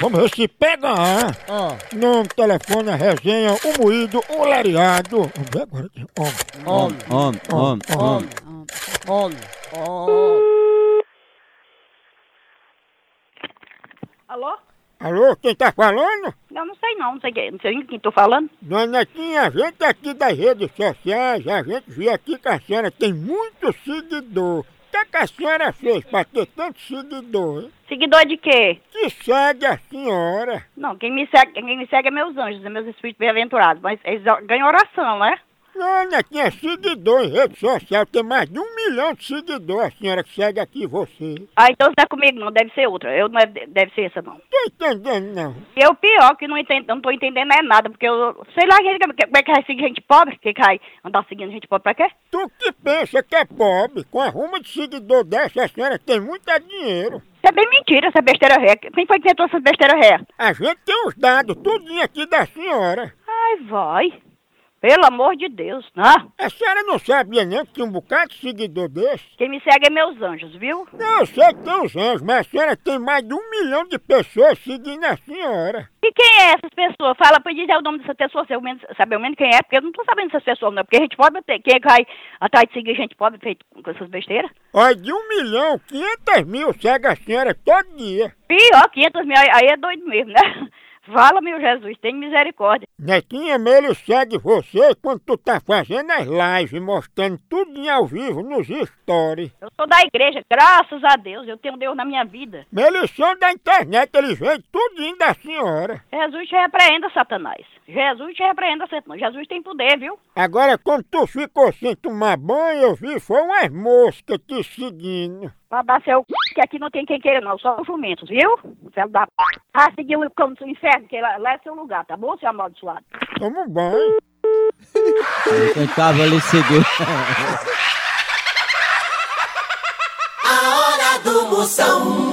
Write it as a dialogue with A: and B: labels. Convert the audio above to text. A: Vamos se pegar.
B: Ah.
A: Nome, telefone, resenha, o moído, o lariado. Vê agora, tem homem.
B: Homem,
C: Homem, homem, homem.
B: homem, homem.
D: Alô?
A: Alô, quem tá falando?
D: Não, não sei não, não sei quem, não sei nem quem tô falando.
A: Dona Netinha, a gente aqui das redes sociais, a gente viu aqui que a senhora tem muito seguidor. O que, é que a senhora fez pra ter tanto seguidor? hein?
D: Seguidor de quê?
A: Que segue a senhora.
D: Não, quem me segue, quem me segue é meus anjos, é meus espíritos bem-aventurados, mas eles o- ganham oração, né?
A: Dona Netinha, seguidor em rede social, tem mais de um milhão de seguidor, a senhora que segue aqui você.
D: Ah, então não é comigo não, deve ser outra. Eu não é, deve ser essa não.
A: Tô entendendo não.
D: E é o pior que não entendo, não tô entendendo é nada, porque eu sei lá gente, como é que vai seguir gente pobre? Que cai andar seguindo gente pobre pra quê?
A: Tu que pensa que é pobre, com a ruma de seguidor dessa, a senhora tem muito é dinheiro.
D: Isso é bem mentira, essa besteira ré. Quem foi que inventou essa besteira ré?
A: A gente tem os dados, tudinho aqui da senhora.
D: Ai, vai. Pelo amor de Deus, né?
A: A senhora não sabia nem que tinha um bocado de seguidor desse?
D: Quem me segue é meus anjos, viu?
A: Não, eu sei que tem os anjos, mas a senhora tem mais de um milhão de pessoas seguindo a senhora.
D: E quem é essas pessoas? Fala pra dizer o nome dessas pessoas, se eu menos, saber ao menos quem é, porque eu não tô sabendo dessas pessoas, não. Porque gente pobre, tem- quem cai atrás de seguir gente pobre feito com essas besteiras?
A: Olha, de um milhão, quinhentas mil segue a senhora todo dia.
D: Pior, 500 mil, aí aí é doido mesmo, né? Fala, meu Jesus, tem misericórdia.
A: Netinha Melho segue você quando tu tá fazendo as lives, mostrando tudinho ao vivo nos stories.
D: Eu sou da igreja, graças a Deus, eu tenho Deus na minha vida.
A: Melho são da internet, eles veem tudinho da senhora.
D: Jesus te repreenda, Satanás. Jesus te repreenda, Satanás. Jesus tem poder, viu?
A: Agora, quando tu ficou sem tomar banho, eu vi, foi umas moscas te seguindo.
D: Pra dar seu c... que aqui não tem quem queira, não, só os jumentos, viu? Filho da p. Ah, seguiu o canto do inferno, que lá, lá é seu lugar, tá bom, seu amaldiçoado?
A: Toma um banho.
C: Eu tava ali seguindo.
E: A hora do Moção.